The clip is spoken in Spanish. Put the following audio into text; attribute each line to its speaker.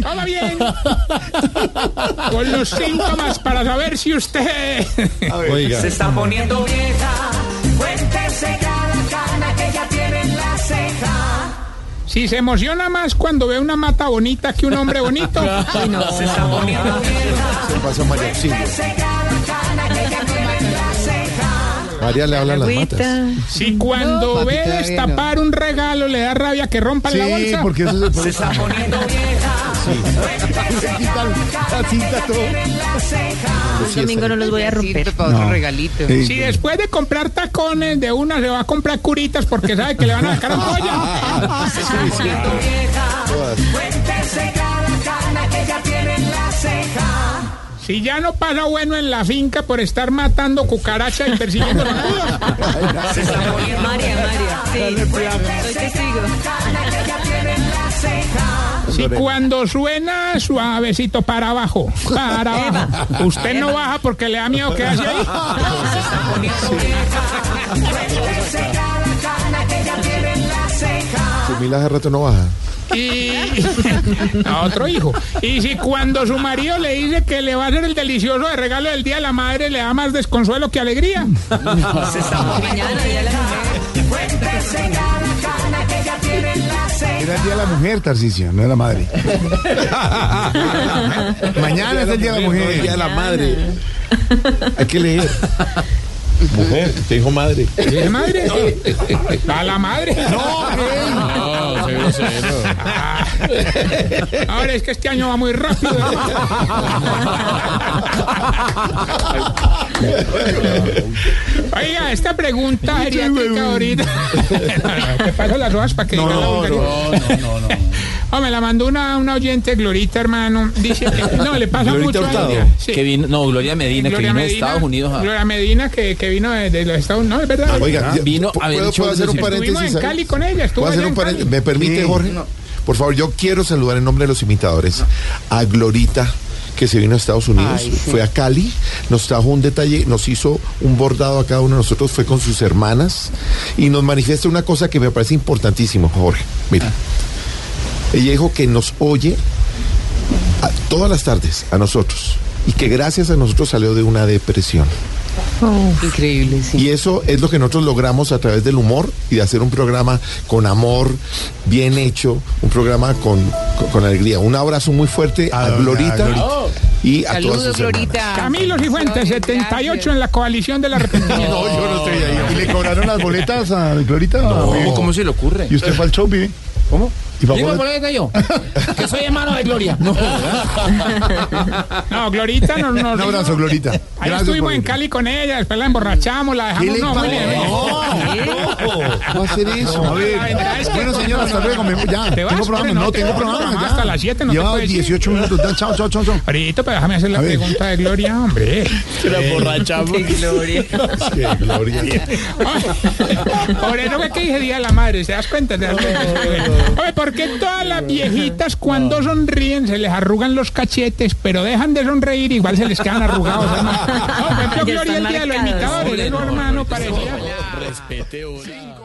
Speaker 1: Todo bien. Con los síntomas para saber si usted.
Speaker 2: Oiga,
Speaker 3: Se está poniendo vieja. Cuéntese ya la cana que ya tiene en la ceja.
Speaker 1: Si se emociona más cuando ve una mata bonita que un hombre bonito.
Speaker 3: Se está poniendo vieja.
Speaker 2: se pasa María Auxilio.
Speaker 3: Cuéntese ya la cana que ya tiene en la ceja.
Speaker 2: María le hablan las matas.
Speaker 1: Si cuando ve
Speaker 4: Papita,
Speaker 1: destapar un regalo le da rabia que rompan la
Speaker 2: Sí,
Speaker 1: bolsa.
Speaker 2: porque eso se
Speaker 3: Se
Speaker 2: pone
Speaker 3: está poniendo vieja.
Speaker 2: se quita la cinta todo.
Speaker 3: En la ceja.
Speaker 5: Un domingo no los voy a romper.
Speaker 4: para otro regalito.
Speaker 1: Si después de comprar tacones de una se va a comprar curitas porque sabe que le van a sacar
Speaker 2: Ah,
Speaker 1: ampolla.
Speaker 3: Se está poniendo vieja. Cuéntese ya la cana que ya tiene en la ceja.
Speaker 1: Si ya no pasa bueno en la finca por estar matando cucarachas y persiguiendo zancudos.
Speaker 3: Se está poniendo
Speaker 5: María, María. Sí, soy testigo.
Speaker 3: cana que ya tiene en la ceja.
Speaker 1: Si cuando suena suavecito para abajo, para abajo. Usted no baja porque le da miedo que hace ahí.
Speaker 3: Cuéntese ya la cana que ya tiene en la ceja.
Speaker 2: Su mil hace rato no baja.
Speaker 1: Y a otro hijo. Y si cuando su marido le dice que le va a hacer el delicioso de regalo del día de la madre, le da más desconsuelo que alegría.
Speaker 3: Se está
Speaker 5: Mañana, día de la mujer.
Speaker 3: Cuéntese ya la cana que ya tiene en la ceja.
Speaker 2: Era el día de la mujer, Tarcicio, no de la madre. Mañana es el día de la mujer. El día de la madre. Hay que leer. Mujer, te dijo madre.
Speaker 1: ¿Qué madre? A la madre. No, Ah. Ahora es que este año va muy rápido. Oiga, esta pregunta geriátrica ahorita. Te paso las hojas para que diga la vulgaridad. Ah, me la mandó una, una oyente, Glorita, hermano. Dice, que- no, le pasa
Speaker 6: Glorita
Speaker 1: mucho a
Speaker 6: Hurtado.
Speaker 1: ella. Sí.
Speaker 6: Que vino, no, Gloria Medina,
Speaker 1: Gloria
Speaker 6: que vino de
Speaker 1: Medina,
Speaker 6: Estados Unidos. ah. a-
Speaker 1: Gloria Medina, que, que vino de, de los Estados Unidos. No, es verdad.
Speaker 2: Ah, Oiga, ya,
Speaker 6: Vino a ver
Speaker 2: ¿puedo,
Speaker 6: el show
Speaker 2: puedo
Speaker 6: de
Speaker 2: hacer un
Speaker 6: Tarcisio.
Speaker 2: paréntesis?
Speaker 1: Estuvimos en
Speaker 2: ahí?
Speaker 1: Cali con ella, estuvo
Speaker 2: ¿Puedo hacer
Speaker 1: allá
Speaker 2: un
Speaker 1: en
Speaker 2: paréntesis?
Speaker 1: Cali.
Speaker 2: ¿Me permite, Jorge? Por favor, yo quiero saludar en nombre de los imitadores a Glorita que se vino a Estados Unidos, fue a Cali, nos trajo un detalle, nos hizo un bordado a cada uno de nosotros, fue con sus hermanas y nos manifiesta una cosa que me parece importantísimo, Jorge. Mira, ella dijo que nos oye a- todas las tardes a nosotros y que gracias a nosotros salió de una depresión.
Speaker 4: Increíble, sí.
Speaker 2: Y eso es lo que nosotros logramos a través del humor y de hacer un programa con amor, bien hecho, un programa con, con- con alegría. Un abrazo muy fuerte a, Glorita, y a todos
Speaker 4: Saludos, Glorita.
Speaker 1: Camilo Cifuentes, 78 en la coalición de la arrepentimiento.
Speaker 2: yo no estoy ahí.
Speaker 7: ¿Y le cobraron las boletas a Glorita?
Speaker 6: ¿Cómo, cómo se le ocurre?
Speaker 7: ¿Y usted fue al show, pibe?
Speaker 6: ¿Cómo?
Speaker 7: ¿Y
Speaker 6: Digo,
Speaker 7: papá?
Speaker 6: Gloria, yo. Que soy hermano de Gloria. No,
Speaker 1: No, Glorita no, no,
Speaker 7: Un abrazo, Glorita.
Speaker 1: Ahí
Speaker 7: Gracias
Speaker 1: estuvimos
Speaker 7: por
Speaker 1: en
Speaker 7: venir.
Speaker 1: Cali con ella, después la emborrachamos, la
Speaker 7: ¿Qué
Speaker 1: dejamos.
Speaker 7: le
Speaker 1: Ah, No,
Speaker 7: pasa?
Speaker 1: muy bien, muy bien.
Speaker 7: No,
Speaker 2: ¿Cómo hacer eso?
Speaker 7: A
Speaker 1: La verdad
Speaker 7: ver.
Speaker 1: es que-
Speaker 7: Bueno, señor, hasta luego. me- Ya,
Speaker 1: ¿Te vas?
Speaker 7: tengo
Speaker 1: Hombre,
Speaker 7: programa.
Speaker 1: no,
Speaker 7: No,
Speaker 1: te-
Speaker 7: tengo
Speaker 1: programa
Speaker 7: programa. ya.
Speaker 1: hasta las siete, no te
Speaker 7: Lleva
Speaker 1: puedes ir.
Speaker 7: 18 minutos. ya, Chao, chao, chao, chao.
Speaker 1: Ahorita, pero déjame hacer la
Speaker 7: A ver.
Speaker 1: pregunta de Gloria, hombre. Ay, Por eso fue que dije Día de la Madre, ¿se das cuenta? ¿Te das cuenta? Oye, ¿por qué todas las viejitas cuando sonríen se les arrugan los cachetes, pero dejan de sonreír, igual se les quedan arrugados, hermano? No, por ejemplo,
Speaker 5: Ya
Speaker 1: Gloria
Speaker 5: están
Speaker 1: el Día de los
Speaker 5: marcados.
Speaker 6: pues
Speaker 1: Imitadores, ¿no, hermano? Parecía...
Speaker 6: Respete, hola.